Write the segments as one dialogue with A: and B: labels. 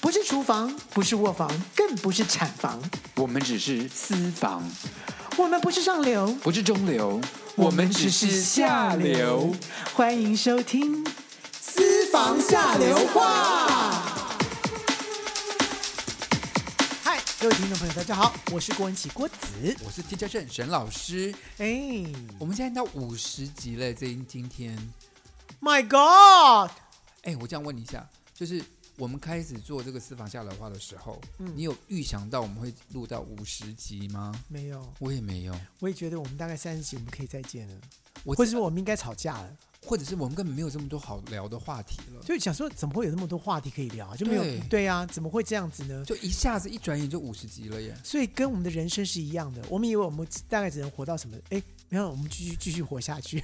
A: 不是厨房，不是卧房，更不是产房，
B: 我们只是私房，
A: 我们不是上流，
B: 不是中流，我们只是下流。。
A: 欢迎收听《
C: 私房下流话。
A: 嗨，各位听众朋友，大家好，我是郭文琪郭子。
C: 我是 TJ 郑沈老师，
A: 哎
C: 我们现在到五十集了，这一今天，
A: ，My God！
C: 哎，我这样问你一下，就是我们开始做这个私房下流话的时候，你有预想到我们会录到五十集吗？
A: 没有，
C: 我也没有，
A: 我也觉得我们大概三十集我们可以再见了，
C: 我
A: 或者说我们应该吵架了。
C: 或者是我们根本没有这么多好聊的话题了，
A: 就想说，怎么会有那么多话题可以聊啊？就没有
C: 对
A: 对呀、怎么会这样子呢？
C: 就一下子一转眼就五十集了耶！
A: 所以跟我们的人生是一样的，我们以为我们大概只能活到什么？哎，没有，我们继续继续活下去。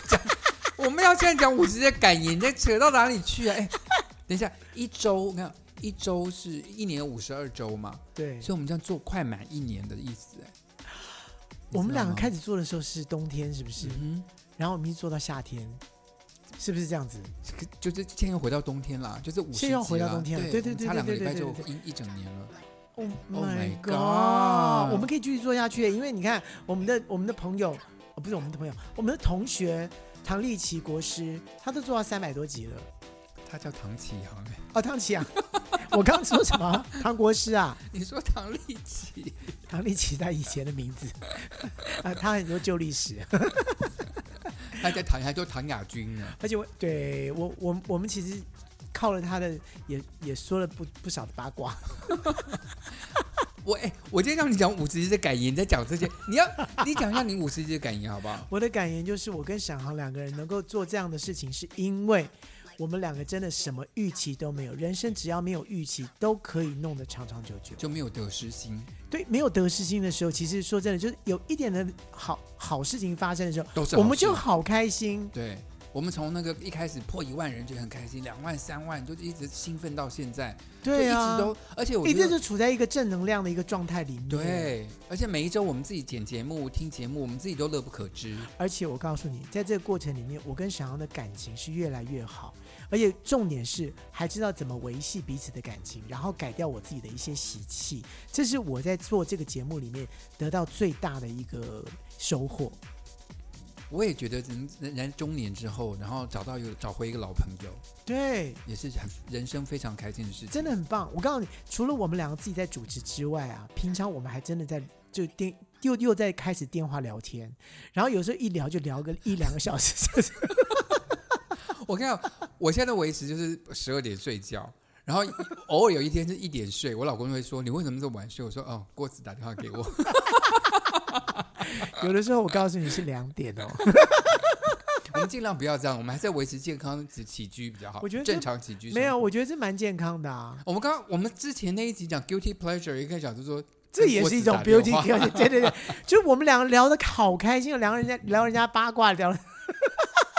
C: 我们要现在讲五十的感言，你在扯到哪里去啊？哎，等一下，一周，你看一周是一年五十二周嘛，
A: 对，
C: 所以我们这样做快满一年的意思哎。
A: 我们两个开
C: 始，
A: 始做的时候是冬天，是不是？
C: 嗯
A: 然后我们一直做到夏天，是不是这样子？
C: 哼，就是现在又回到冬天啦，就是五十，
A: 现在又回到冬天了
C: 对
A: 对对对对
C: 我们差两个
A: 对
C: 礼拜
A: 对
C: 就
A: 对
C: 一一整年了。
A: Oh
C: Oh my god
A: 我们可以继续做下去，因为你看我们的我们的朋友，哦、不是我们的朋友，我们的同学唐立奇国师，他都做到三百多集了。
C: 他叫唐启航，哎
A: 哦，唐奇啊，我刚刚说什么？唐国师啊，
C: 你说唐立奇，
A: 唐立奇他以前的名字 啊，他很多旧历史。
C: 他在唐，他叫唐啊雅君呢。
A: 而且我对我我我们其实靠了他的也也说了不不少的八卦，
C: 我哎、我今天让你讲五十集的感言，你在讲这些，你要你讲一下你五十集的感言好不好？
A: 我的感言就是，我跟沈航两个人能够做这样的事情，是因为我们两个真的什么预期都没有，人生只要没有预期，都可以弄得长长久久。
C: 就没有得失心，
A: 对，没有得失心的时候，其实说真的，就是有一点的好好事情发生的时候，
C: 都是好
A: 我们就
C: 事
A: 好开心。
C: 对。我们从那个一开始破一万人就很开心，两万、三万就一直兴奋到现在，
A: 对
C: 就一直
A: 啊，
C: 都，而且我
A: 一
C: 觉得
A: 直就处在一个正能量的一个状态里面。，
C: 对，而且每一周我们自己剪节目、听节目，我们自己都乐不可支。
A: 而且我告诉你，在这个过程里面，我跟沈阳的感情是越来越好，而且重点是还知道怎么维系彼此的感情，然后改掉我自己的一些习气，这是我在做这个节目里面得到最大的一个收获。
C: 我也觉得人人人中年之后，然后找到有找回一个老朋友，
A: 对，
C: 也是很人生非常开心的事情。
A: 真的很棒。我告诉你，除了我们两个自己在主持之外啊，平常我们还真的在就电又又在开始电话聊天，然后有时候一聊就聊个一两个小时，就是
C: 我跟你讲， 我现在的维持就是十二点睡觉，然后偶尔有一天是一点睡，我老公就会说：“你为什么这么晚睡？”我说：“哦，郭子打电话给我。
A: 有的时候我告诉你是两点哦。”
C: 我们尽量不要这样，我们还是要维持健康起起居比较好。
A: 我觉得这
C: 正常起居生活
A: 没有，。我觉得这蛮健康的啊。
C: 我们刚刚我们之前那一集讲 guilty pleasure，一个小时说
A: 这也是一种
C: 跟郭子
A: beauty
C: 打电话
A: care，对 对对，就是我们两个聊的好开心，聊人家聊人家八卦，聊了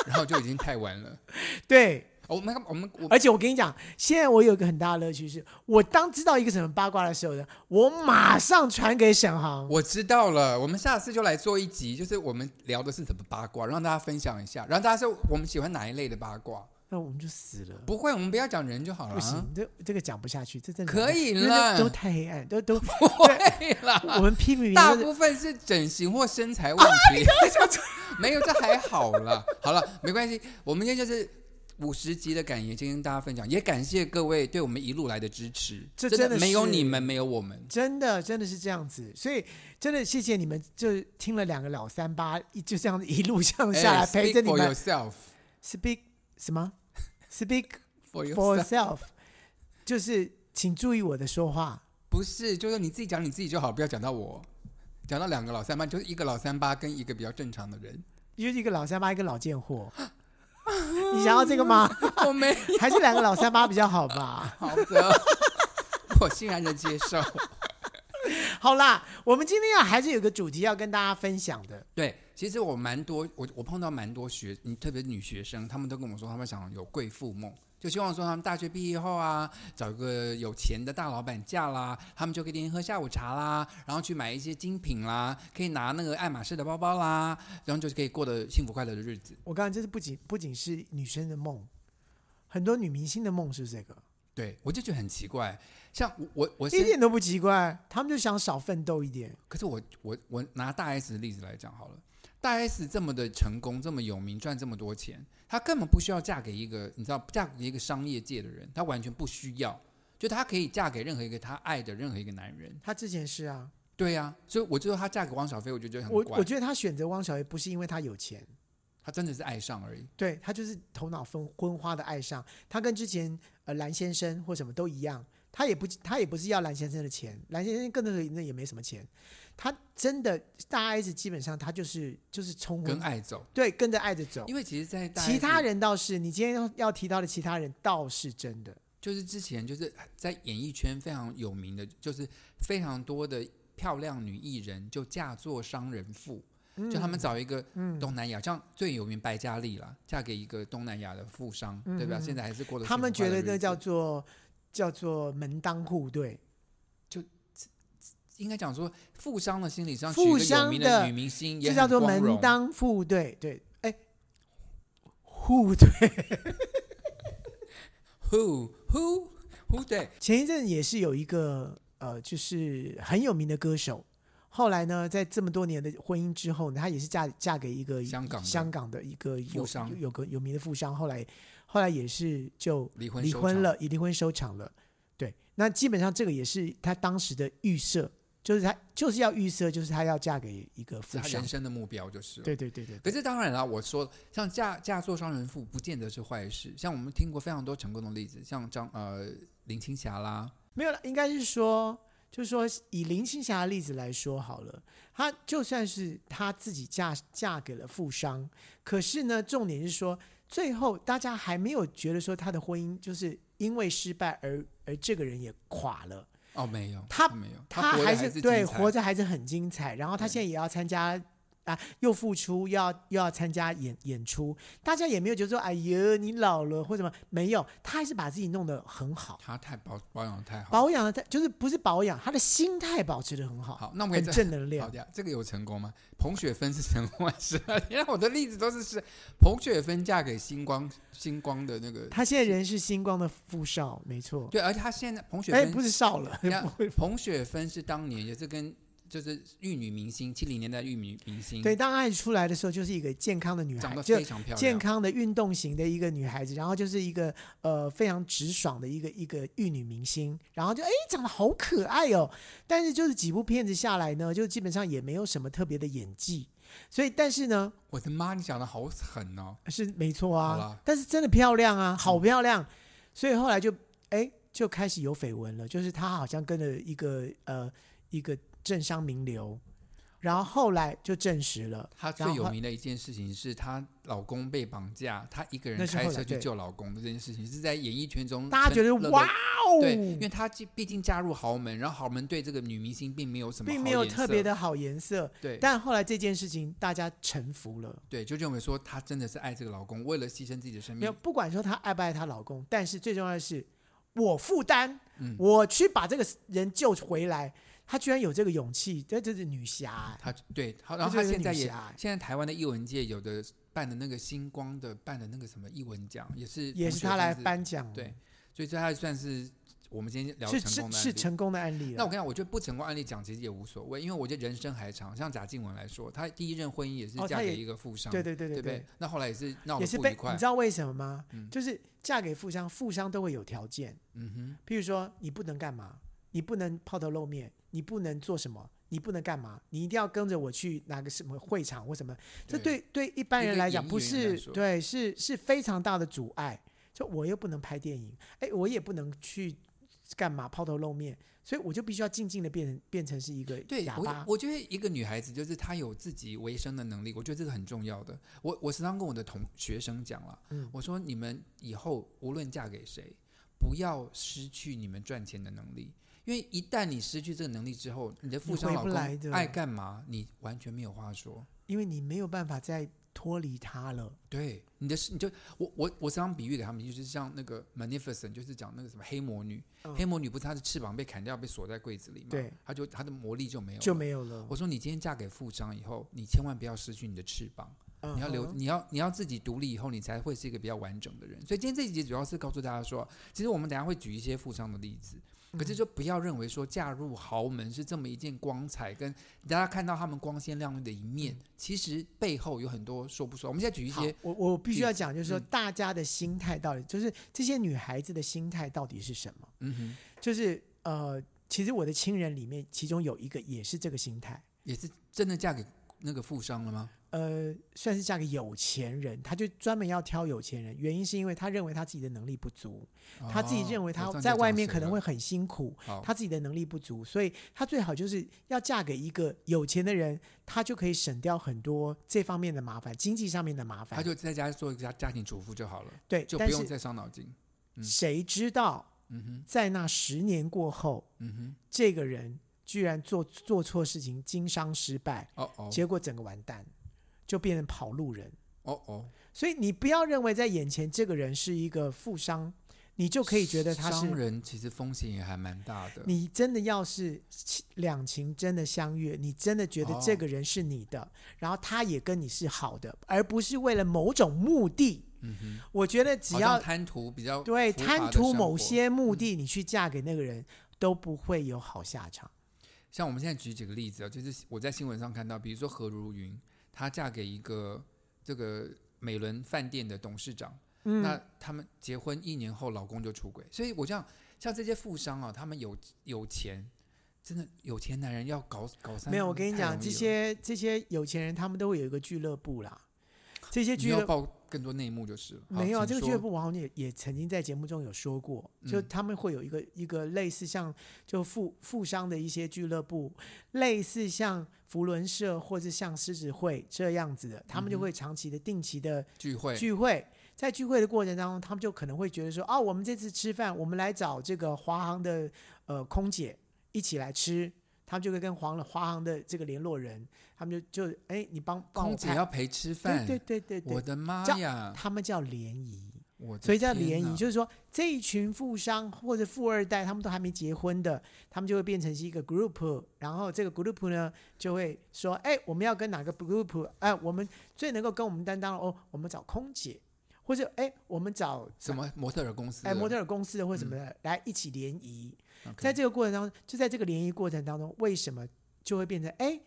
C: 然后就已经太晚了。
A: 对。
C: 哦我们我们我
A: 而且我跟你讲，现在我有一个很大的乐趣是，我当知道一个什么八卦的时候呢，我马上传给沈航。
C: 我知道了，我们下次就来做一集，就是我们聊的是怎么八卦，让大家分享一下，让大家说我们喜欢哪一类的八卦。
A: 那我们就死了，
C: 不会，我们不要讲人就好了、
A: 不行，，这这个讲不下去，这真的
C: 啊可以
A: 因为那
C: 了
A: 都太黑暗，都 都
C: 会
A: 我
C: 啦。
A: 们批评别啊
C: 大
A: 人都是
C: 部分是整形或身材问题， 没有这还好啦。好了，没关系，我们今天就是五十集的感言，今天跟大家分享，也感谢各位对我们一路来的支持。
A: 这
C: 真
A: 真的
C: 没有
A: 是
C: 你们，没有我们。
A: 真的真的是这样子，所以真的谢谢你们，就听了两个老三八，一就这样子一路向下来
C: 哎
A: 陪着
C: speak
A: 你
C: for
A: 们
C: yourself,
A: speak 什么 speak。
C: for
A: for
C: yourself，
A: yourself，就是请注意我的说话。
C: 不是，就是你自己讲你自己就好，不要讲到我。讲到两个老三八，就是一个老三八跟一个比较正常的 人。
A: 就是一个老三八，一个老贱货。 你想要这个吗？
C: 我没
A: 还是两个老三八比较好吧？
C: 好的， 我欣然的接受。
A: 好啦，我们今天啊还是有个主题要跟大家分享的。
C: 对，其实我蛮多，我我碰到蛮多学，你特别是女学生，她们都跟我说，她们想有贵妇梦，就希望说她们大学毕业后啊，找一个有钱的大老板嫁啦，她们就可以天天喝下午茶啦，然后去买一些精品啦，可以拿那个爱马仕的包包啦，然后就可以过得幸福快乐的日子。
A: 我刚刚这是不仅不仅是女生的梦，很多女明星的梦是这个。
C: 对我就觉得很奇怪。像我我我
A: 一
C: 现
A: 点都不奇怪，他们就想少奋斗一点。
C: 可是我我我拿大 S 的例子来讲好了，大 S 这么的成功，这么有名，赚这么多钱，她根本不需要嫁给一个你知道嫁给一个商业界的人，她完全不需要，就她可以嫁给任何一个她爱的任何一个男人。
A: 他之前是啊，
C: 对呀、所以我就说她嫁给汪小菲，我就觉得很
A: 我
C: 怪
A: 我，觉得他选择汪小菲不是因为他有钱，
C: 她真的是爱上而已。
A: 对他就是头脑昏昏花的爱上他，跟之前呃蓝先生或什么都一样，他也不他也不是要蓝先生的钱，蓝先生更那个那也没什么钱，他真的大 S 基本上他就是就是冲昏
C: 跟爱走，
A: 对跟着爱着走
C: 因，为其实，在大 S,
A: 其他人倒是你今天要要提到的其他人倒是真的，
C: 就是之前就是在演艺圈非常有名的，就是非常多的漂亮女艺人就嫁作商人妇，
A: 嗯
C: 就他们找一个东南亚，像最有名白嘉丽啦，嫁给一个东南亚的富商，对吧？现在还是过得
A: 嗯他们
C: 幸
A: 觉
C: 福快乐
A: 得
C: 的
A: 那
C: 日子
A: 叫做叫做门当户对，
C: 应该讲说富商的心理上，
A: 富
C: 娶一个有
A: 商
C: 名
A: 的
C: 女明星
A: 这
C: 也很
A: 叫做
C: 光
A: 门
C: 荣
A: 当户对，对，哎，户对。
C: who who who 对，
A: 前一阵也是有一个呃，就是很有名的歌手，后来呢，在这么多年的婚姻之后呢，她也是嫁嫁给一个
C: 香港的
A: 香港的一个有
C: 富商
A: 有有个有名的富商，后来后来也是就
C: 离婚
A: 离
C: 收
A: 婚
C: 场
A: 了，以离婚收场了。对，那基本上这个也是她当时的预设，就是她就是要预设，就是她要嫁给一个
C: 是
A: 富
C: 他
A: 商
C: 人。生的目标就是了
A: 对对对对
C: 可
A: 对，
C: 是当然啦，我说像嫁嫁做商人妇不见得是坏事，像我们听过非常多成功的例子，像张呃林青霞啦，
A: 没有了，应该是说。就是说，以林青霞的例子来说好了，她就算是她自己嫁嫁给了富商，可是呢，重点是说，最后大家还没有觉得说她的婚姻就是因为失败而而这个人也垮了，
C: 哦没有，
A: 她
C: 没有，
A: 她
C: 活得
A: 还
C: 是
A: 对
C: 精彩
A: 活着还是很精彩，然后她现在也要参加。啊，又复出，又要又要参加演演出，大家也没有觉得说，哎呀，你老了或什么，没有，她还是把自己弄得很好，
C: 她太保保养得太好。
A: 保养的，就是不是保养，她的心态保持的很好，
C: 好，那我们
A: 很
C: 也再
A: 正能
C: 好
A: 量。
C: 的，这个有成功吗？彭雪芬是成功还是？你看我的例子都是是彭雪芬嫁给星光星光的那个，
A: 她现在人是星光的富少，没错。
C: 对，而且她现在彭雪
A: 哎，
C: 芬
A: 不是少了，
C: 你看
A: 不会
C: 彭雪芬是当年也是跟就是玉女明星七零年代玉女明星，
A: 对，，当爱出来的时候，就是一个健康的女
C: 长
A: 孩，
C: 得
A: 就
C: 非常漂亮，
A: 健康的运动型的一个女孩子，然后就是一个呃非常直爽的一个一个玉女明星，然后就哎长得好可爱哦，但是就是几部片子下来呢，就基本上也没有什么特别的演技，所以但是呢
C: 我的妈，你讲的好狠哦！
A: 是没错
C: 好嗯
A: 啊
C: 啦，
A: 但是真的漂亮啊，好漂亮，所以后来就哎就开始有绯闻了，就是她好像跟了一个呃一个政商名流，然后后来就证实了。
C: 她最有名的一件事情是她老公被绑架，她一个
A: 那
C: 人
A: 是后来
C: 开车去
A: 对
C: 救老公的这件事情，是在演艺圈中
A: 大家觉得
C: 成了
A: 哇哦，
C: 对，因为她既毕竟嫁入豪门，然后豪门对这个女明星并没有什么好
A: 并没有
C: 脸
A: 特
C: 色
A: 别的好颜色。
C: 对
A: 但后来这件事情大家臣服了，
C: 对，就认为说她真的是爱这个老公，为了牺牲自己的生
A: 没有
C: 命，
A: 不管说她爱不爱她老公，但是最重要的是我负担，
C: 嗯
A: 我去把这个人救回来。她居然有这个勇气，这这是女侠、
C: 她对，好，
A: 这
C: 然后
A: 就
C: 她
A: 是
C: 现
A: 女
C: 在也
A: 侠
C: 现在台湾的艺文界有的办的那个星光的办的那个什么艺文奖，也是
A: 也
C: 同
A: 是
C: 学
A: 她来
C: 分子，
A: 颁奖，
C: 对，所以这还算是我们今天聊
A: 是
C: 成
A: 是
C: 功的
A: 是
C: 案例
A: 成功的案例
C: 那
A: 了。
C: 我跟你讲，我觉得不成功案例讲其实也无所谓，因为我觉得人生还长。像贾静雯来说，她第一任婚姻也是
A: 哦她
C: 嫁
A: 也
C: 给一个富商，
A: 对对对
C: 对
A: 对
C: 不对，？那后来也是闹
A: 也
C: 得
A: 是
C: 不
A: 被
C: 愉
A: 你
C: 快
A: 知。道为什么吗？
C: 嗯
A: 就是嫁给富商，富商都会有条件，
C: 嗯哼，
A: 譬如说你不能干嘛，你不能抛头露面，你不能做什么，你不能干嘛，你一定要跟着我去哪个什么会场或什么。这对对一般
C: 对
A: 人
C: 对
A: 来讲
C: 演艺
A: 不
C: 人员
A: 是
C: 来说
A: 对，是是非常大的阻碍。就我又不能拍电影，哎，我也不能去干嘛抛头露面，所以我就必须要静静的变成变成是一个
C: 对
A: 哑
C: 我
A: 巴，。
C: 我觉得一个女孩子就是她有自己维生的能力，我觉得这个很重要的。我我时常跟我的同学生讲了，
A: 嗯
C: 我说你们以后无论嫁给谁，不要失去你们赚钱的能力。因为一旦你失去这个能力之后，你的富
A: 你
C: 商
A: 回
C: 老
A: 不
C: 公
A: 来的
C: 爱干嘛，你完全没有话说。
A: 因为你没有办法再脱离他了。
C: 对你的是，你就我我我常常比喻给他们，就是像那个 Magnificent，就是讲那个什么黑魔女，
A: 嗯
C: 黑魔女不是她的翅膀被砍掉，被锁在柜子里嘛，
A: 对，
C: 她就她的魔力就没有，
A: 就。没有了
C: 我。说你今天嫁给富商以后，你千万不要失去你的翅膀，
A: 嗯
C: 你要留，
A: 哼
C: 你要你要自己独立以后，你才会是一个比较完整的人。所以今天这一集主要是告诉大家说，其实我们等一下会举一些富商的例子，
A: 嗯
C: 可是就不要认为说嫁入豪门是这么一件光彩，跟大家看到他们光鲜亮丽的一面，其实背后有很多说不出来。我们现在举一
A: 嗯好
C: 些，
A: 我我必须要讲，就是说
C: 嗯
A: 大家的心态到底，就是这些女孩子的心态到底是什么？
C: 嗯哼，
A: 就是呃，其实我的亲人里面，其中有一个也是这个心态，
C: 也是真的嫁给那个富商了吗？
A: 呃，算是嫁给有钱人，她就专门要挑有钱人，原因是因为她认为她自己的能力不足，
C: 哦
A: 她自己认为她在外面可能会很辛苦，
C: 好，
A: 她自己的能力不足，所以她最好就是要嫁给一个有钱的人，她就可以省掉很多这方面的麻烦，经济上面的麻烦。
C: 他就在家做一个家家庭主妇就好了，
A: 对，
C: 就不
A: 但
C: 用
A: 是
C: 再伤脑筋。嗯
A: 谁知道
C: 嗯哼，
A: 在那十年过后，
C: 嗯哼，
A: 这个人居然做做错事情，经商失败，
C: 哦哦，
A: 结果整个完蛋，就变成跑路人。
C: 哦哦，
A: 所以你不要认为在眼前这个人是一个富商，你就可以觉得他
C: 商
A: 是。
C: 人其实风险也还蛮大的。
A: 你真的要是两情真的相悦，你真的觉得
C: 哦
A: 这个人是你的，然后他也跟你是好的，而不是为了某种目的。
C: 嗯哼，
A: 我觉得只
C: 好
A: 要
C: 像贪图比较
A: 对
C: 浮夸
A: 贪
C: 的
A: 图
C: 生
A: 某
C: 活嗯
A: 些目的，你去嫁给那个人都不会有好下场。
C: 像我们现在举几个例子啊，就是我在新闻上看到，比如说何如云，她嫁给一个这个美伦饭店的董事长，
A: 嗯
C: 那他们结婚一年后，老公就出轨，所以我这样像这些富商啊，他们有有钱，真的有钱男人要搞搞三
A: 没有，
C: 夫
A: 我跟你
C: 太
A: 讲，
C: 容
A: 这
C: 易了
A: 些这些有钱人他们都会有一个俱乐部啦，这些
C: 你
A: 俱
C: 要
A: 乐部。
C: 报更多内幕就是了。好
A: 没有啊，
C: 请
A: 这个俱乐
C: 说
A: 部我好像也也曾经在节目中有说过，就
C: 嗯
A: 他们会有一个一个类似像就富富商的一些俱乐部，类似像福伦社或者像狮子会这样子的，他们就
C: 嗯哼
A: 会长期的定期的
C: 聚会，
A: 聚会，在聚会的过程当中，他们就可能会觉得说，哦，我们这次吃饭，我们来找这个华航的呃空姐一起来吃，他们就会跟华华航的这个联络人，他们就就哎，你帮帮
C: 空
A: 我
C: 姐
A: 拍
C: 要陪吃饭，
A: 对对对对
C: 我
A: 对，
C: 的妈
A: 叫
C: 呀！
A: 他们叫联谊。
C: 我
A: 所以叫
C: 叫
A: 联谊，就是说这一群富商或者富二代，他们都还没结婚的，他们就会变成是一个 group，然后这个 group 呢就会说，哎，我们要跟哪个 group？哎，我们最能够跟我们担当哦，我们找空姐，或者哎，我们找
C: 什么模特儿公司的，嗯
A: 哎模特儿公司的或者什么的、来一起联谊。
C: OK，
A: 在这个过程当中，就在这个联谊过程当中，为什么就会变成哎，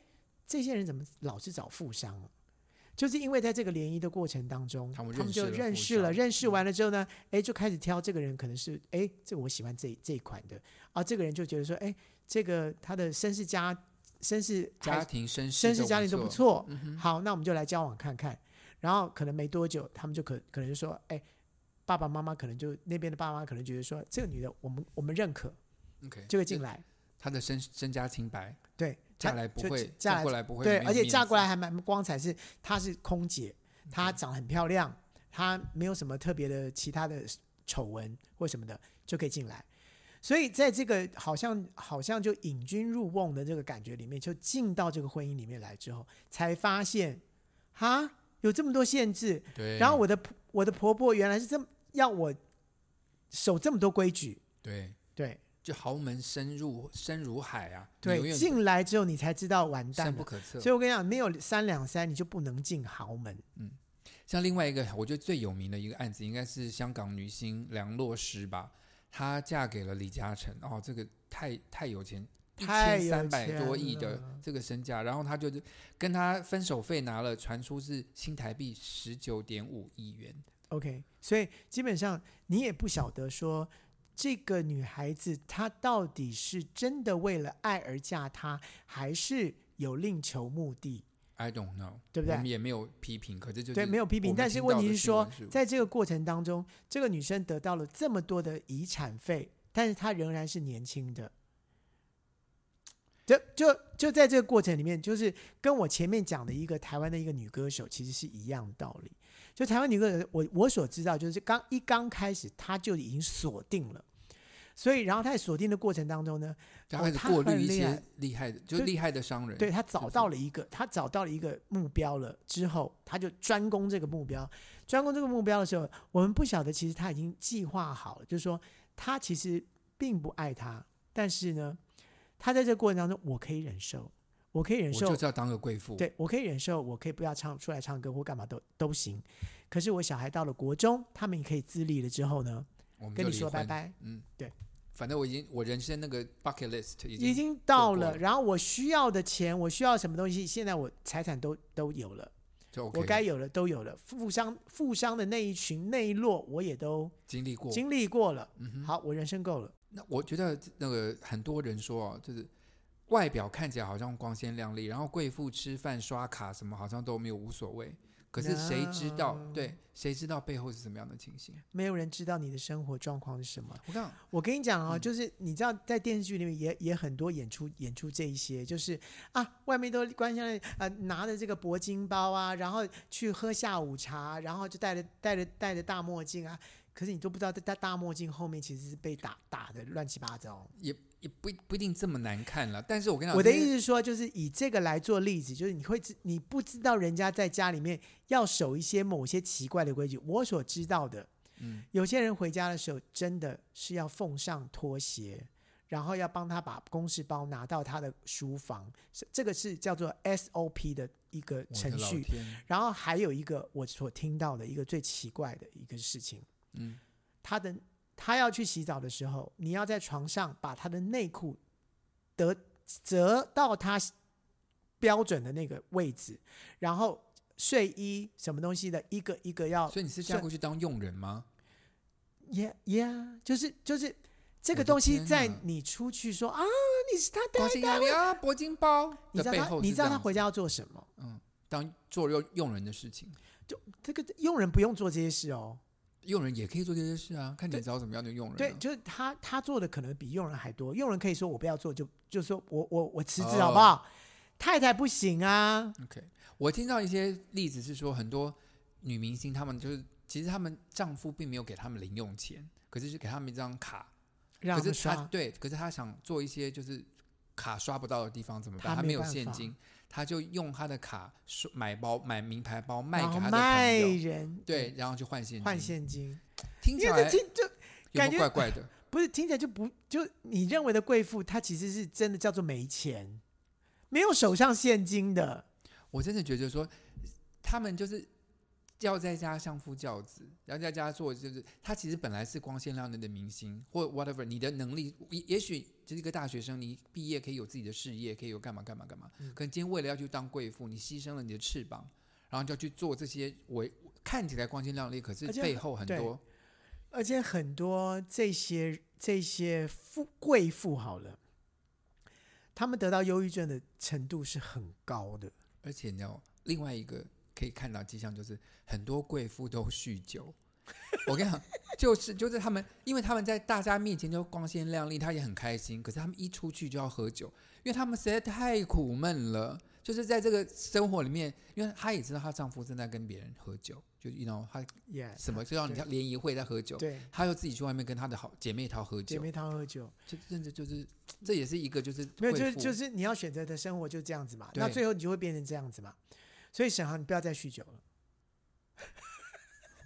A: 这些人怎么老是找富商啊？就是因为在这个联谊的过程当中，
C: 他们认识
A: 就
C: 了
A: 认
C: 富
A: 识了，
C: 商嗯
A: 认识完了之后呢，哎，就开始挑这个人，可能是哎，这个我喜欢这这一款的啊，这个人就觉得说，哎，这个他的身世家身世
C: 家
A: 还
C: 庭绅士
A: 身世家庭都不，错，
C: 嗯哼
A: 好，那我们就来交往看看。然后可能没多久，他们就可可能就说，哎，爸爸妈妈可能就那边的爸妈可能觉得说，这个女的我们我们认可，
C: ，OK，
A: 就会进来。
C: 他的身身家清白，
A: 对，
C: 嫁
A: 她
C: 来不
A: 就
C: 会，
A: 嫁
C: 过
A: 来
C: 来不会，
A: 对，
C: 没有
A: 而且
C: 面
A: 嫁过
C: 子嗯
A: 来还蛮光彩是，她是空姐，她长得很漂亮，她没有什么特别的其他的丑闻或什么的就可以进来。所以在这个好像好像就引君入瓮的这个感觉里面，就进到这个婚姻里面来之后，才发现，哈，有这么多限制。
C: 对，
A: 然后我的婆我的婆婆原来是这么要我守这么多规矩，
C: 对，
A: 对
C: 就豪门深入深如海啊，你永
A: 对，
C: 远
A: 进来之后你才知道完蛋
C: 深不
A: 了。
C: 可测
A: 所。以我跟你讲，没有三两三，你就不能进豪门。
C: 像另外一个，我觉得最有名的一个案子，应该是香港女星梁洛施吧，她嫁给了李嘉诚，哦，这个太太有钱。一
A: 太
C: 千
A: 有
C: 三百多亿
A: 钱
C: 的
A: 了
C: 这个身价，然后她就是跟她分手费拿了，传出是新台币十九点五亿元，
A: OK，所以基本上你也不晓得说这个女孩子她到底是真的为了爱而嫁他，还是有另求目的，
C: I don't know，
A: 对不对
C: 我们也没有批评，可是就是
A: 对，没有批
C: 我
A: 评。
C: 们
A: 但是
C: 听
A: 问
C: 到
A: 题
C: 的
A: 是
C: 新
A: 说
C: 闻，
A: 在这个过程当中，这个女生得到了这么多的遗产费，但是她仍然是年轻的。就就就在这个过程里面，就是跟我前面讲的一个台湾的一个女歌手其实是一样的道理。就台湾女歌手，我我所知道就是刚一刚开始，她就已经锁定了，所以然后她在锁定的过程当中呢，
C: 他
A: 哦
C: 开始
A: 他
C: 过
A: 很
C: 滤一
A: 厉害
C: 些厉害的，就是
A: 对
C: 厉害的商人，
A: 对他
C: 不
A: 找
C: 是
A: 到了一个，他找到了一个目标了之后，他就专攻这个目标。专攻这个目标的时候，我们不晓得其实他已经计划好了，就是说他其实并不爱他，但是呢，他在这个过程当中，我可以忍受，我我可以忍
C: 我
A: 受
C: 就，是要当个贵妇。，
A: 对我可以忍受，我可以不要唱出来唱歌或干嘛都都行。可是我小孩到了国中，他们也可以自立了之后呢，
C: 我们就
A: 跟你
C: 离
A: 说
C: 婚
A: 拜。拜，
C: 嗯，
A: 对。
C: 反正我已经我人生那个 bucket list 已经
A: 已经到
C: 过
A: 了。
C: 了
A: 然后我需要的钱，我需要什么东西，现在我财产都都有了，
C: 就 OK
A: 我
C: 了。
A: 该有的都有了。富商富商的那一群那一落，我也都
C: 经历过。
A: 经历过了。
C: 嗯哼，
A: 好，我人生够了。
C: 那我觉得那个很多人说哦，就是外表看起来好像光鲜亮丽，然后贵妇吃饭刷卡什么好像都没有无所谓，可是谁知道
A: No
C: 对谁知道背后是什么样的情形？
A: 没有人知道你的生活状况是什么。
C: 我刚
A: 我跟你讲
C: 嗯
A: 哦，就是你知道，在电视剧里面也也很多演出演出这一些，就是啊，外面都关上了，呃，拿着这个铂金包啊，然后去喝下午茶，然后就戴着戴着戴着大墨镜啊，可是你都不知道，戴大墨镜后面其实是被打打的乱七八糟。
C: 也也不不一定这么难看了，但是我跟你讲，
A: 我的
C: 这
A: 意
C: 些
A: 思是说，就是以这个来做例子，就是你会知你不知道人家在家里面要守一些某些奇怪的规矩。我所知道的，
C: 嗯
A: 有些人回家的时候真的是要奉上拖鞋，然后要帮他把公事包拿到他的书房，是这个是叫做 SOP 的一个
C: 我的
A: 程
C: 老
A: 序。
C: 天
A: 然后还有一个我所听到的一个最奇怪的一个事情，
C: 嗯，
A: 他的他要去洗澡的时候，你要在床上把他的内裤得折到他标准的那个位置，然后睡衣什么东西的一个一个要
C: 所以你是嫁
A: 算
C: 过去当佣人吗？
A: ，yeah yeah，就是就是这
C: 我
A: 个
C: 的
A: 东西
C: 天
A: 在
C: 哪
A: 你出去说啊，你是他的，
C: 光鲜亮丽啊，铂金包
A: 你知
C: 的
A: 道
C: 背
A: 他
C: 后，
A: 你
C: 是
A: 知道
C: 这
A: 他
C: 样
A: 回家要做什么？
C: 嗯，当做佣佣人的事情，
A: 这个佣人不用做这些事哦，
C: 佣人也可以做这些事啊，看你
A: 对
C: 找怎么样的佣人、啊。
A: 对，就是他他做的可能比佣人还多，佣人可以说我不要做，就就说我我我辞职
C: 哦
A: 好不好？太太不行啊，
C: OK，我听到一些例子是说，很多女明星她们就是，其实她们丈夫并没有给她们零用钱，可是是给她们一张卡，
A: 让
C: 可
A: 他
C: 是
A: 们
C: 她
A: 刷。
C: 对，可是她想做一些就是卡刷不到的地方怎么
A: 她
C: 办？她
A: 没
C: 没
A: 有
C: 有
A: 办
C: 现
A: 法
C: 金，她就用她的卡刷买包买名牌包卖
A: 然
C: 给
A: 后
C: 她的
A: 卖
C: 朋友，
A: 人，
C: 对，然后就换现金，
A: 换现金，
C: 听起
A: 因为
C: 来
A: 这听就
C: 有
A: 感
C: 没
A: 觉
C: 有怪怪的？
A: 不是听起来就不就你认为的贵妇，她其实是真的叫做没钱，没有手上现金的。
C: 我真的觉得说，他们就是要在家相夫教子，然后在家做就是他其实本来是光鲜亮丽的明星或 whatever，你的能力也也许就是一个大学生，你毕业可以有自己的事业，可以有干嘛干嘛干嘛，可能今天为了要去当贵妇，你牺牲了你的翅膀，然后就要去做这些为看起来光鲜亮丽，可是
A: 而且
C: 背后很
A: 对
C: 多
A: 而且很多这些这些富贵妇好了，他们得到忧郁症的程度是很高的。
C: 而且你知道，另外一个可以看到迹象就是，很多贵妇都酗酒。 我跟你讲，就是就是他们，因为他们在大家面前就光鲜亮丽，他也很开心。可是他们一出去就要喝酒，因为他们实在太苦闷了。就是在这个生活里面，因为她也知道她丈夫正在跟别人喝酒，就 you know 她
A: Yes，
C: 什么就像你
A: 对
C: 看联谊会在喝酒，
A: 对，
C: 她又自己去外面跟她的好姐妹淘喝
A: 姐
C: 酒，
A: 妹淘喝酒，
C: 就甚至就是这也是一个就是
A: 没有，就
C: 贵
A: 是
C: 妇
A: 就是你要选择的生活就这样子嘛，
C: 对
A: 那最后你就会变成这样子嘛。所以沈航，你不要再酗酒了。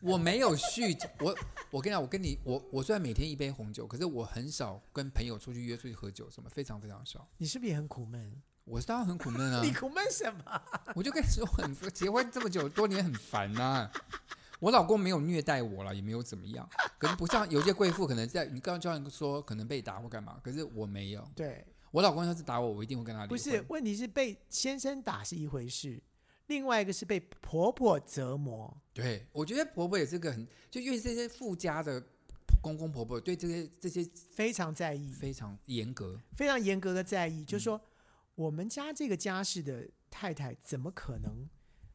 C: 我没有酗酒，我我跟你讲，我跟你我我虽然每天一杯红酒，可是我很少跟朋友出去约出去喝酒，什么非常非常少。
A: 你是不是也很苦闷？
C: 我当然很苦闷啊
A: 你，苦闷什么？
C: 我就跟你说很结婚这么久多年很烦呐、我老公没有虐待我啦，也没有怎么样，可是不像有些贵妇可能在你刚刚教你说可能被打或干嘛，可是我没有。
A: 对，
C: 我老公要是打我，我一定会跟他离婚。
A: 不是，问题是被先生打是一回事，另外一个是被婆婆折磨。
C: 对，我觉得婆婆也是个很，就因为这些附加的公公婆婆对这些这些
A: 非常在意，
C: 非常严格。
A: 非常严格的在意，
C: 嗯
A: 就是说、我们家这个家世的太太怎么可能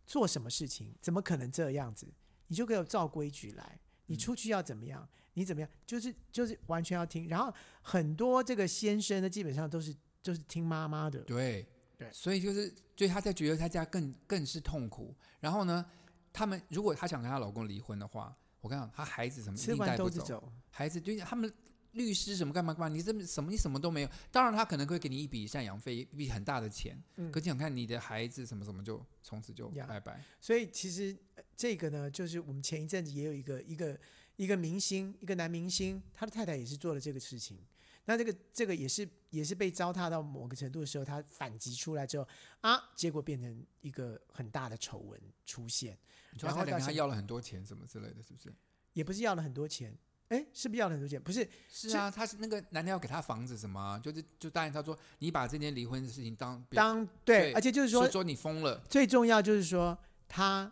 A: 做什么事情？怎么可能这样子？你就给我照规矩来，你
C: 嗯
A: 出去要怎么样？你怎么样？就是就是完全要听。然后很多这个先生呢，基本上都是就是听妈妈的，
C: 对
A: 对
C: 所以就是，所以她才觉得她家更更是痛苦。然后呢，他们如果她想跟她老公离婚的话，我跟你讲，她孩子什么一
A: 吃
C: 定带
A: 完
C: 不
A: 兜着
C: 走，
A: 走。
C: 孩子对他们律师什么干嘛干嘛，你这么什么你什么都没有。当然，他可能会给你一笔赡养费，一笔很大的钱，
A: 嗯
C: 可你想看你的孩子什么什么就从此就
A: 呀
C: 拜拜。
A: 所以其实呃这个呢，就是我们前一阵子也有一个一个一个明星，一个男明星，他的太太也是做了这个事情。那这个这个也是也是被糟蹋到某个程度的时候，他反击出来之后啊，结果变成一个很大的丑闻出现，
C: 你说
A: 然
C: 他
A: 后
C: 跟
A: 到
C: 他
A: 现在
C: 要了很多钱什么之类的，是不是？
A: 也不是要了很多钱，哎，是不是要了很多钱？不是，
C: 是啊，他是那个男的要给他房子什么啊，就是就答应他说，你把这件离婚的事情当别
A: 当对，
C: 对
A: 而且就是
C: 说
A: 说
C: 说你疯了，
A: 最重要就是说，他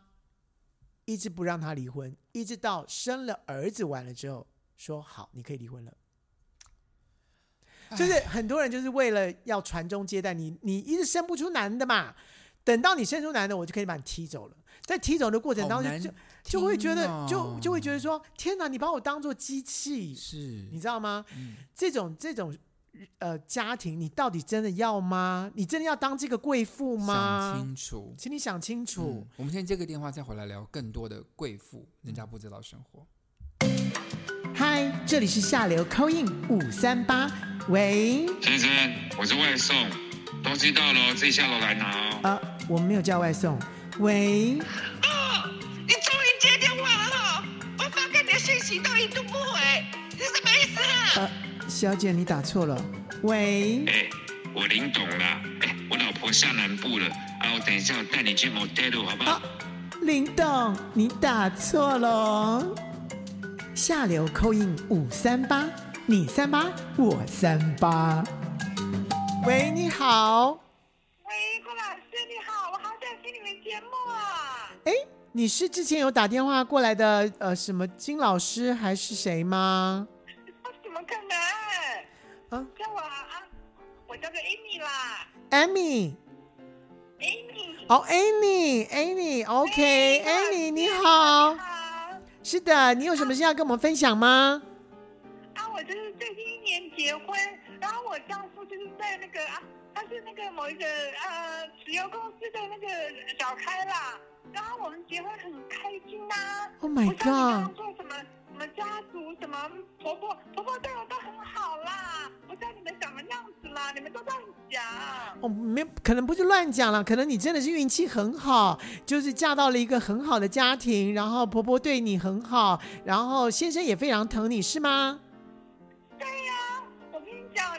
A: 一直不让他离婚，一直到生了儿子完了之后，说好你可以离婚了。就是很多人就是为了要传宗接代，你你一直生不出男的嘛，等到你生出男的，我就可以把你踢走了。在踢走的过程
C: 好
A: 当
C: 难啊
A: 中就，就会觉得
C: 听哦
A: 就就会觉得说，天哪，你把我当做机器，
C: 是
A: 你知道吗？
C: 嗯
A: 这种这种呃家庭，你到底真的要吗？你真的要当这个贵妇
C: 想
A: 吗？
C: 清楚。
A: 请你想清楚。
C: 嗯我们先接个电话，再回来聊更多的贵妇，
A: 嗯
C: 人家不知道生活。
A: 嗨，这里是下流 c in 五三八，喂，
D: 先生，我是外送，东西到了自己下楼来拿哦。
A: 呃，我们没有叫外送，喂，
E: 哦，你终于接电话了哈、我发给你的信息都一度不回，你什么意思啊？
A: 呃，小姐你打错了，喂，
D: 哎、我林董啦，哎、我老婆下南部了，啊，我等一下我带你去 motel 好不好？
A: 林董你打错了哦，下流 c in 五三八，你三八我三八，喂，你好，
E: 喂，郭老师你好，我好想听你们节目啊！
A: 哎，你是之前有打电话过来的呃什么金老师还是谁吗？
E: 我怎么可能？
A: 啊
E: 叫我啊，我叫做 Amy 啦
A: 艾米。
E: ，Amy。
A: 哦，Annie，Annie，OK，Annie，、你好
E: 你，好。
A: 是的，你有什么事要跟我们分享吗？
E: 啊，我就是最近一年结婚，然后我丈夫就是在那个啊，他是那个某一个呃石油公司的那个小开啦，然后我们结婚很开心呐、
A: Oh my
E: 我知道你
A: god
E: 刚刚说什么什么家族什么婆婆婆婆对我都很好啦，我知道你们什么样子啦，你们都乱讲。
A: 哦，没有，可能不是乱讲了，可能你真的是运气很好，就是嫁到了一个很好的家庭，然后婆婆对你很好，然后先生也非常疼你，是吗？
E: 对呀、我跟你讲，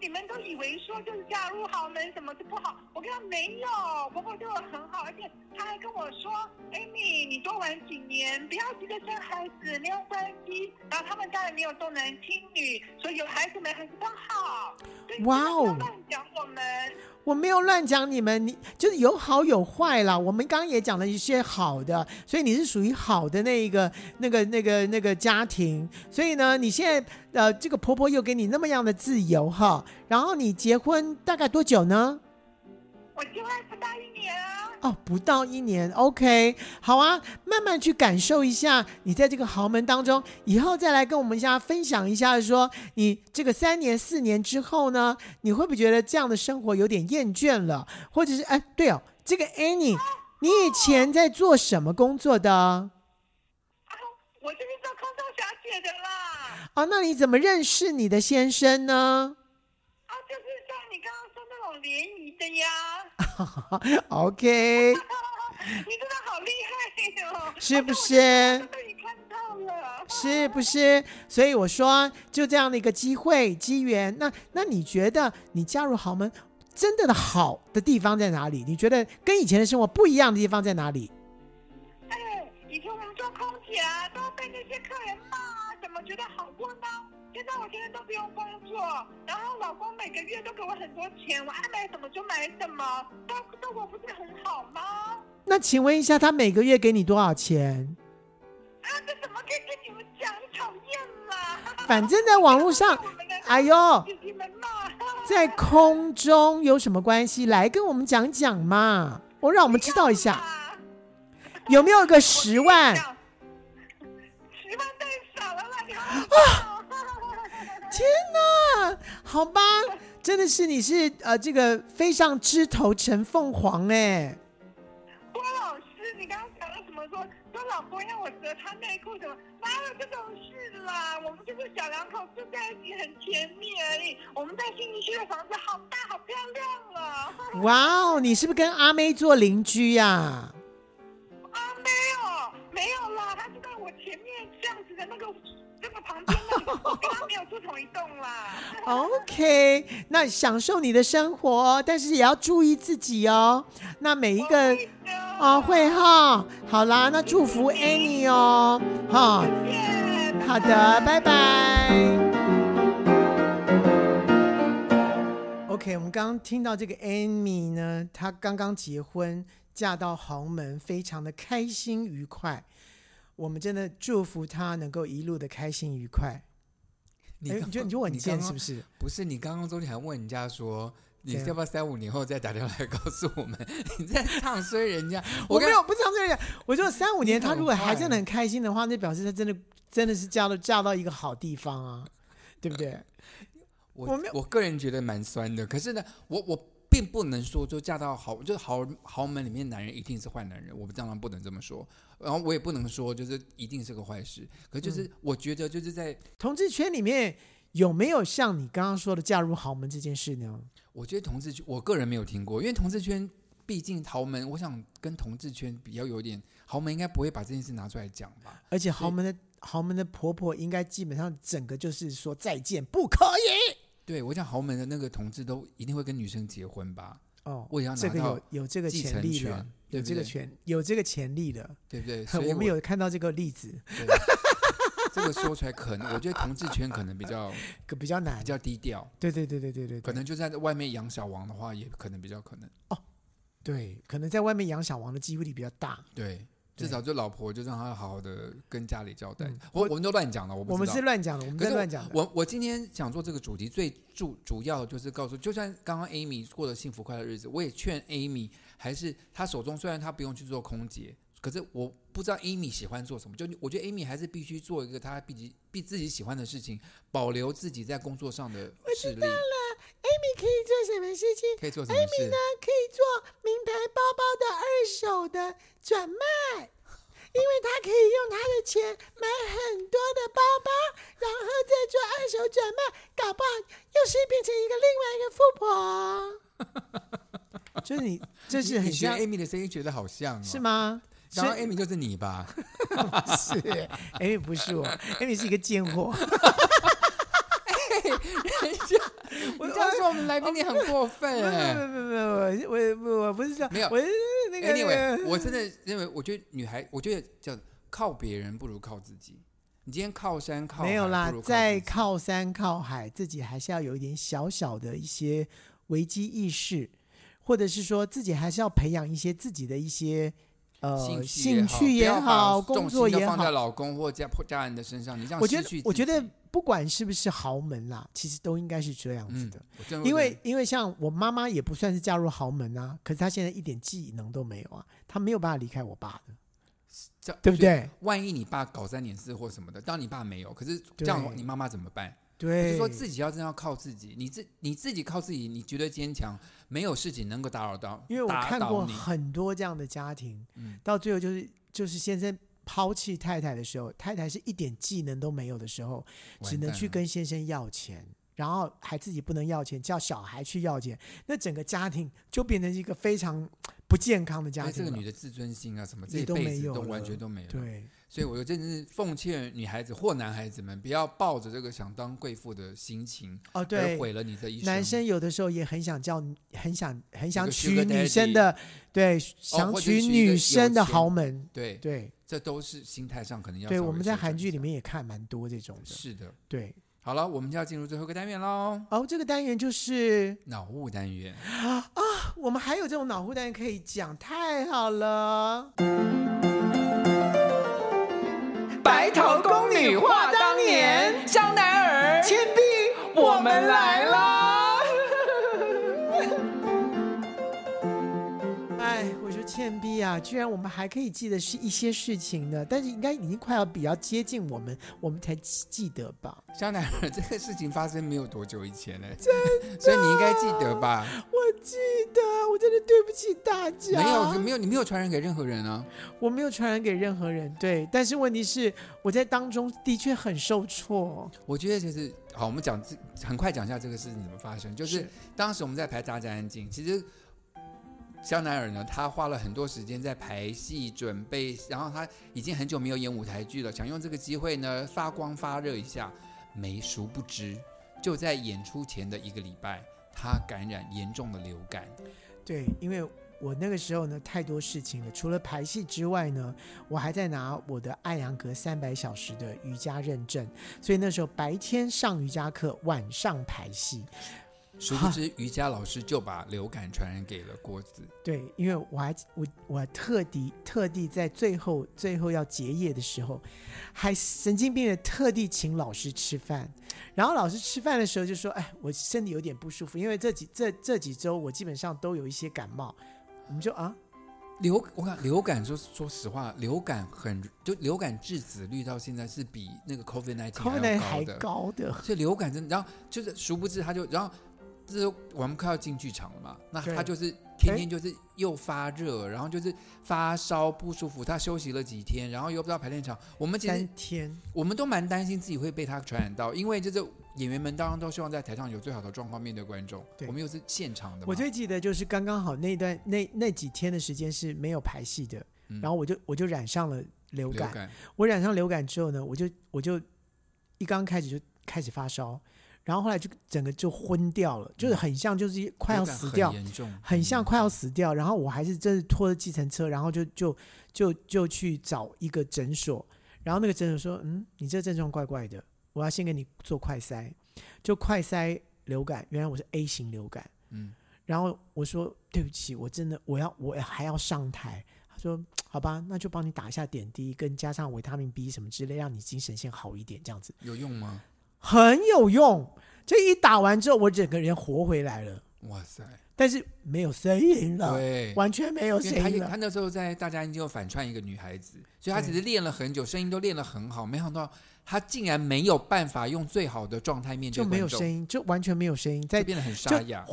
E: 你们都以为说就是嫁入豪门什么就不好，我跟他没有，婆婆对我很好，而且她还跟我说，Amy，你多玩几年，不要急着生孩子，没有关系。然后他们当然没有重男轻女，所以有孩子没孩子都好。所以你
A: 哇
E: 们
A: 哦
E: 不要乱讲我们。
A: 我没有乱讲你们，你就是有好有坏啦。我们刚刚也讲了一些好的，所以你是属于好的那一个、那个、那个、那个家庭。所以呢，你现在呃，这个婆婆又给你那么样的自由哈。然后你结婚大概多久呢？
E: 我结婚不到一年啊，
A: 哦，不到一年，OK，好啊，慢慢去感受一下你在这个豪门当中，以后再来跟我们家分享一下说，你这个三年四年之后呢，你会不会觉得这样的生活有点厌倦了，或者是哎，对哦，这个 Annie，你以前在做什么工作的？
E: 啊我就是做空中小姐的啦。
A: 哦，那你怎么认识你的先生呢
E: 啊，就是像你刚刚说那种联谊的呀。
A: ？OK，
E: 你真的好厉害哦！
A: 是不是
E: 我被你看到了。
A: 是不是？所以我说，就这样的一个机会机缘，那那你觉得你加入豪门真的的好的地方在哪里？你觉得跟以前的生活不一样的地方在哪里？
E: 哎，以前我们做空姐啊，都要被那些客人骂啊，怎么觉得好过呢？现在我天天都不用工作，然后老公每个月都给我很多钱，我爱买什么就买什么，但生活不是很好吗？
A: 那请问一下，他每个月给你多少钱？
E: 啊，这怎么可以跟你们讲？你讨厌啊啦！
A: 反正在网络上，哎呦，
E: 姐姐们骂，
A: 在空中有什么关系？来跟我们讲讲嘛，我让我们知道一下，
E: 啊。
A: 有没有个十万？
E: 十万太少了啦，你啊！
A: 天哪，好吧，真的是你是呃这个飞上枝头成凤凰哎、
E: 郭老师，你刚刚讲了什么说说老公让我折他内裤什么？哪有这种事啦？我们就是小两口住在一起很甜蜜而已。我们在新一区的房子好大好漂亮啊了。
A: 哇哦，你是不是跟阿妹做邻居呀、
E: 啊，没有没有啦，他是在我前面这样子的那个那个旁边那里我跟他没有住同一栋啦。
A: OK，那享受你的生活哦，但是也要注意自己哦。那每 一个哦会哈，好啦，那祝福 Annie 哦，哈，
E: 谢谢，拜
A: 好的，拜拜。OK，我们刚刚听到这个 Amy 呢，她刚刚结婚，嫁到豪门，非常的开心愉快。我们真的祝福她能够一路的开心愉快。
C: 你
A: 哎
C: 刚
A: 你觉得你觉得我很
C: 刚
A: 贱
C: 刚
A: 是不啊是？
C: 不是，你刚刚中间还问人家说，你
A: 怎样
C: 要不要三五年后再打电话来告诉我们？你在唱衰人家，
A: 我
C: 跟
A: 没有不是这样讲，我说三五年，
C: 你
A: 她
C: 很
A: 如果还真的
C: 坏啊
A: 很开心的话，那表示她真的真的是嫁到嫁到一个好地方啊，对不对？
C: 我
A: 我没有
C: 我个人觉得蛮酸的。可是呢，我我并不能说就嫁到豪就是豪豪门里面男人一定是坏男人，我当然不能这么说。然后我也不能说就是一定是个坏事。可
A: 嗯
C: 就是我觉得就是在、
A: 同志圈里面有没有像你刚刚说的嫁入豪门这件事呢？
C: 我觉得同志圈，我个人没有听过，因为同志圈毕竟豪门，我想跟同志圈比较有点豪门应该不会把这件事拿出来讲吧。
A: 而且豪门的豪门的婆婆应该基本上整个就是说再见，不可以
C: 对我讲豪门的那个同志都一定会跟女生结婚吧，
A: 哦。
C: 我也要拿
A: 这个
C: 到
A: 有有这个
C: 继
A: 潜
C: 承
A: 力
C: 权
A: 的，
C: 对
A: 有
C: 不
A: 这个
C: 对
A: 权有这个潜力的，
C: 对不 对？
A: 哼
C: 所以
A: 我们有看到这个例子，
C: 对这个说出来可能，我觉得同志圈可能比较
A: 可比较难
C: 比。较低调，
A: 对对对对对对，
C: 可
A: 对
C: 能就在外面养小王的话，也可能比较可能。
A: 对，可能在外面养小王的机会率比较大。
C: 对，
A: 对
C: 至少就老婆就让他好好的跟家里交代。
A: 嗯
C: 我我们都乱讲了，我不
A: 我们
C: 知道
A: 是乱讲的，我们
C: 可
A: 在
C: 是
A: 乱讲的。
C: 我我今天想做这个主题，最主主要就是告诉，就算刚刚 Amy 过了幸福快乐日子，我也劝 Amy，还是她手中虽然她不用去做空姐，可是我不知道 Amy 喜欢做什么，就我觉得 Amy 还是必须做一个她必己必自己喜欢的事情，保留自己在工作上的势力，
A: Amy 可以做什么事情？
C: 可以做什么事？
A: 可以做名牌包包的二手的转卖，因为他可以用他的钱买很多的包包，然后再做二手转卖，搞不好又是变成一个另外一个富婆。 就是你，这是
C: 你
A: 很
C: 你学
A: 像
C: Amy 的声音，觉得好像、哦、
A: 是？吗？
C: 刚刚
A: 是
C: Amy 就是你吧？
A: 是 Amy 不是我，Amy 是一个贱 货。
C: 我这样说我们来宾你很 过 分、哎
A: 不不不，我我我不是说，
C: 没有
A: 我是那个
C: Anyway，我真的认为，我觉得女孩，我觉得叫靠别人不如靠自己。你今天靠山靠海
A: 没有啦
C: 不如，靠
A: 在
C: 自己
A: 靠山靠海，自己还是要有一点小小的一些危机意识，或者是说自己还是要培养一些自己的一些呃
C: 兴
A: 兴趣
C: 趣
A: 也
C: 也
A: 好，
C: 好，不要把
A: 工
C: 重
A: 作
C: 心都
A: 也
C: 放在
A: 好。
C: 老公或家或家人的身上，你这样
A: 我觉
C: 失去
A: 得，我
C: 自
A: 觉得
C: 己，
A: 不管是不是豪门啦，其实都应该是这样子
C: 嗯
A: 的。，
C: 我真的
A: 因为
C: 觉得
A: 因为像我妈妈也不算是嫁入豪门啊，可是她现在一点技能都没有啊，她没有办法离开我爸的，
C: 这
A: 对不？
C: 就
A: 对？
C: 万一你爸搞三年四或什么的，当你爸没有，可是这
A: 对
C: 样你妈妈怎么办？
A: 对，
C: 就说自己要真的要靠自己，你自你自己靠自己，你觉得坚强，没有事情能够打扰到，
A: 因为我
C: 打
A: 看
C: 倒
A: 过
C: 你哎
A: 很多这样的家庭，
C: 嗯
A: 到最后就是就是先生抛弃太太的时候，太太是一点技能都没有的时候，只
C: 完
A: 能
C: 蛋
A: 去
C: 了
A: 跟先生要钱，然后还自己不能要钱，叫小孩去要钱，那整个家庭就变成一个非常不健康的家
C: 哎这
A: 庭
C: 个
A: 了。
C: 女的自尊心啊什么，这
A: 也
C: 一
A: 都没
C: 辈子
A: 有
C: 都
A: 了
C: 完全都没有。
A: 对，
C: 所以我就真的是奉劝女孩子或男孩子们，不要抱着这个想当贵妇的心情，
A: 哦对
C: 而，毁了你的一生。
A: 男生有的时候也很想叫，很想很想
C: 个
A: 娶
C: sugar
A: 女
C: daddy
A: 生的，对，想
C: 或者
A: 娶
C: 娶一个
A: 女
C: 有
A: 生的
C: 钱
A: 豪门，
C: 对，
A: 对
C: 这都是心态上可能要。
A: 对，我们在韩剧里。面也看蛮多这种的，
C: 是的，
A: 对。
C: 好了，我们就要进入最后一个单元喽，
A: 哦，这个单元就是
C: 脑雾单元。
A: 我们还有这种脑户单元可以讲，太好了！
B: 白头宫女话当年，香奈儿，
A: 铅笔，
B: 我们来啦！
A: 哎，我说倩碧啊，居然我们还可以记得是一些事情呢，但是应该已经快要比较接近我们，我们才记记得吧？
C: 香奈儿这个事情发生没有多久以前呢，所以你应该记得吧？
A: 我记得，我真的对不起大家。
C: 没有，没有，你没有传染给任何人啊。
A: 我没有传染给任何人，对。但是问题是，我在当中的确很受挫。
C: 我觉得就是好，我们讲这很快讲一下这个事情怎么发生。就是
A: 是
C: 当时我们在排《大战安静》，其实香奈儿呢，她花了很多时间在排戏准备，然后她已经很久没有演舞台剧了，想用这个机会呢发光发热一下。没殊不知，就在演出前的一个礼拜，他感染严重的流感。
A: 对，因为我那个时候呢太多事情了，除了排戏之外呢，我还在拿我的艾扬格三百小时的瑜伽认证，所以那时候白天上瑜伽课，晚上排戏。
C: 殊不知，瑜伽老师就把流感传染给了郭子。
A: 对，因为我还我我还特地特地在最后最后要结业的时候，还神经病的特地请老师吃饭，然后老师吃饭的时候就说：“哎，我身体有点不舒服，因为这几这这几周我基本上都有一些感冒。”我们就啊，
C: 流，我看流感说说实话，流感很就流感致死率到现在是比那个 COVID
A: ，COVID
C: 19
A: 19
C: 还要
A: 还
C: 高的，
A: 高的，
C: 所以流感真的，然后就是殊不知他就，然后这时候我们快要进剧场了嘛，那
A: 对
C: 他就是天天就是又发热，然后就是发烧不舒服，他休息了几天，然后又不知道排练场，我们其实
A: 三天
C: 我们都蛮担心自己会被他传染到，因为就是演员们当然都希望在台上有最好的状况面对观众，
A: 对
C: 我们又是现场的嘛，
A: 我最记得就是刚刚好那段那那几天的时间是没有排戏的，
C: 嗯
A: 然后我就我就染上了流
C: 流
A: 感。
C: 感
A: 我染上流感之后呢，我就我就一刚开始就开始发烧，然后后来就整个就昏掉了，就是很像就是快要
C: 嗯流感
A: 死
C: 很
A: 掉，
C: 严重，
A: 很像
C: 嗯
A: 快要死掉。然后我还是真的拖着计程车，然后就就就就去找一个诊所，然后那个诊所说：“嗯，你这症状怪怪的，我要先给你做快筛。”就快筛流感，原来我是 A 型流感。
C: 嗯，
A: 然后我说：“对不起，我真的我要我还要上台。”他说：“好吧，那就帮你打一下点滴，跟加上维他命 B 什么之类，让你精神先好一点，这样子
C: 有用吗？
A: 很有用。”就一打完之后，我整个人活回来了，
C: 哇塞，
A: 但是没有声音了。
C: 对。
A: 完全没有
C: 因为他
A: 声音
C: 也他
A: 了。
C: 那时候在大家音就反串一个女孩子，所以他
A: 对
C: 其实练了很久，声音都练了很好，没想到他竟然没有办法用最好的状态面对
A: 就没有声
C: 音，
A: 音，就完全没有声音。在
C: 就变得很
A: 就
C: 沙哑。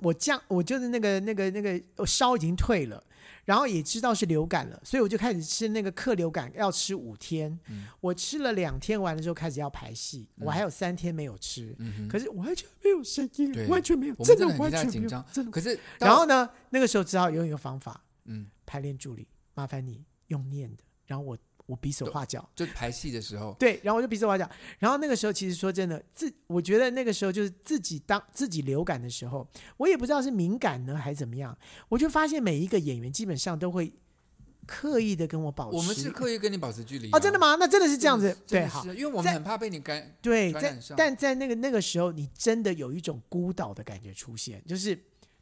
A: 我降，我就是那个那个那个我烧已经退了，然后也知道是流感了，所以我就开始吃那个克流感，要吃五天。
C: 嗯
A: 我吃了两天完了之后开始要排戏，
C: 嗯
A: 我还有三天没有吃，
C: 嗯哼，
A: 可是我完全没有声音
C: 对，
A: 完全没有，
C: 我
A: 的
C: 们真的很
A: 完
C: 替他
A: 全
C: 紧
A: 没有
C: 张，
A: 真的。
C: 可是
A: 嗯
C: 到
A: 然后呢，那个时候只好用一个方法，
C: 嗯，
A: 排练助理，麻烦你用念的，然后我我比手画脚。
C: 就排戏的时候，
A: 对，然后我就比手画脚。然后那个时候，其实说真的，自我觉得那个时候就是自己当自己流感的时候，我也不知道是敏感呢还是怎么样，我就发现每一个演员基本上都会刻意的跟我保持。
C: 我们是刻意跟你保持距离、啊。
A: 哦，真的？吗？那真的是这样子，对，
C: 真的
A: 好
C: 是，啊，因为我们
A: 在
C: 很怕被你感，
A: 对，
C: 传
A: 在
C: 染上
A: 但在那个那个时候，你真的有一种孤岛的感觉出现，就是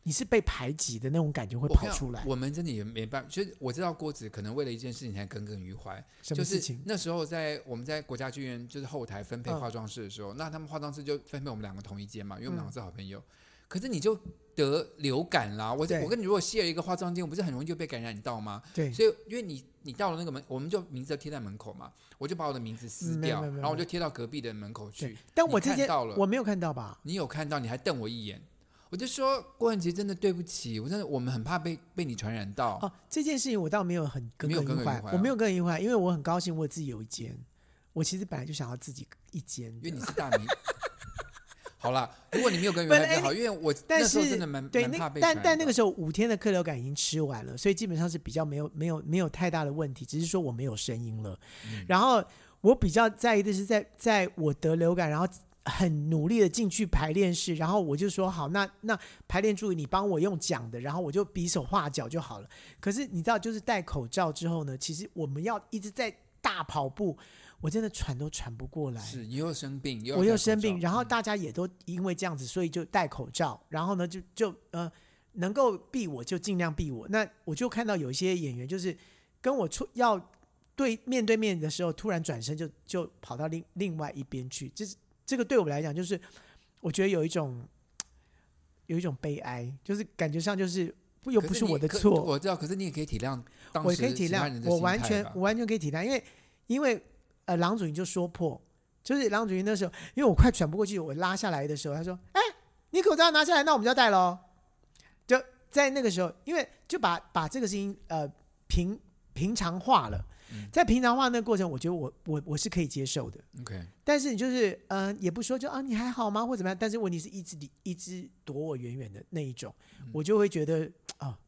A: 你是被排挤的那种感觉会
C: 我跟
A: 跑
C: 你讲
A: 出来。
C: 我们真的也没办法。就是我知道郭子可能为了一件事情才耿耿于怀，
A: 什
C: 就
A: 么
C: 是
A: 事情？
C: 那时候在我们在国家剧院就是后台分配
A: 嗯
C: 化妆师的时候，那他们化妆师就分配我们两个同一间嘛，因为我们两
A: 嗯
C: 个是好朋友。可是你就得流感啦，我
A: 对
C: 我跟你如果 share 一个化妆间，我不是很容易就被感染到吗？
A: 对，
C: 所以因为你你到了那个门，我们就名字贴在门口嘛，我就把我的名字撕
A: 嗯没有
C: 掉，
A: 没有没有
C: 然后我就贴到隔壁的门口
A: 对
C: 去。
A: 但
C: 你
A: 我这
C: 看
A: 件
C: 到了
A: 我没有看到吧？
C: 你有看到，你还瞪我一眼，我就说郭文杰真的对不起，我真的我们很怕被被你传染到。
A: 哦，这件事情我倒没有很耿
C: 没有
A: 耿
C: 耿
A: 于
C: 耿于
A: 怀，
C: 怀
A: 我没
C: 啊
A: 有耿耿于怀，因为我很高兴我自己有一间。我其实本来就想要自己一间
C: 因为
A: 的，
C: 你是大明。 好啦，如果你没有跟
A: 本来
C: 原来比较好，因为我
A: 但
C: 那时候
A: 是
C: 真的蛮
A: 对，
C: 蛮
A: 那
C: 怕被
A: 但
C: 传
A: 但
C: 染
A: 那个
C: 到
A: 时候五天的客流感已经吃完了，所以基本上是比较没有没有没有太大的问题，只是说我没有声音了。
C: 嗯
A: 然后我比较在意的是在在我得流感，然后很努力的进去排练室，然后我就说好，那那排练助理你帮我用讲的，然后我就比手画脚就好了。可是你知道，就是戴口罩之后呢，其实我们要一直在大跑步，我真的喘都喘不过来。
C: 是你又生病，又要
A: 我
C: 戴
A: 又
C: 口
A: 生病，
C: 罩
A: 然后
C: 嗯
A: 大家也都因为这样子，所以就戴口罩，然后呢，就就呃，能够避我就尽量避我。那我就看到有一些演员就是跟我出要对面对面的时候，突然转身就就跑到另另外一边去，这是这个对我们来讲，就是我觉得有一种有一种悲哀，就是感觉上就是不又
C: 可
A: 不
C: 是
A: 是
C: 你
A: 我的
C: 可
A: 错，
C: 我知道，可是你也可以体谅当时
A: 我可以体
C: 其他
A: 谅
C: 人，的
A: 我
C: 心
A: 完
C: 态
A: 全
C: 吧
A: 我完全可以体谅，因为因为呃，郎祖云就说破，就是郎祖云那时候，因为我快喘不过气，我拉下来的时候，他说：“哎、你口罩拿下来，那我们就要戴喽。”就在那个时候，因为就把把这个事情呃平平常化了，
C: 嗯
A: 在平常化那个过程，我觉得我我我是可以接受的。
C: OK，
A: 但是你就是，嗯、也不说就啊，你还好吗，或怎么样？但是问题是一直离一直躲我远远的那一种，我就会觉得啊，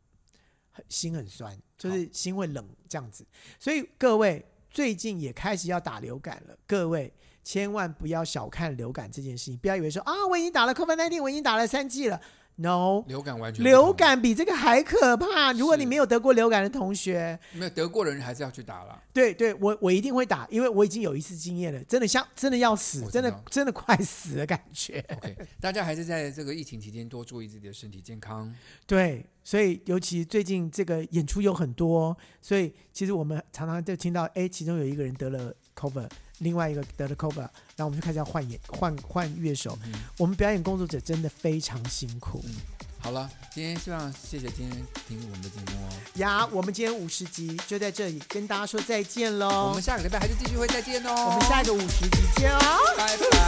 A: 很心很酸，就是心会冷这样子。所以各位最近也开始要打流感了，各位千万不要小看流感这件事情，不要以为说啊，我已经打了 COVID-19，我已经打了三剂了。No，
C: 流感完全不同
A: 流感比这个还可怕。如果
C: 是
A: 你没有得过流感的同学，
C: 没有得过的人还是要去打了。
A: 对对，我我一定会打，因为我已经有一次经验了，真的像真的要死，
C: 我知
A: 真的
C: 道
A: 真的快死的感觉。
C: OK，大 家还是在这个疫情期间多注意自己的身体健康。
A: 对，所以尤其最近这个演出有很多，所以其实我们常常就听到，哎，其中有一个人得了 cover，另外一个得了 cover，然后我们就开始要换演换换乐手。
C: 嗯
A: 我们表演工作者真的非常辛苦
C: 嗯好了，今天希望谢谢今天听我们的节目哦，
A: 呀。我们今天五十集就在这里跟大家说再见喽，
C: 我们下个礼拜还是继续会再见哦，
A: 我们下一个五十集见哦。
C: 拜拜。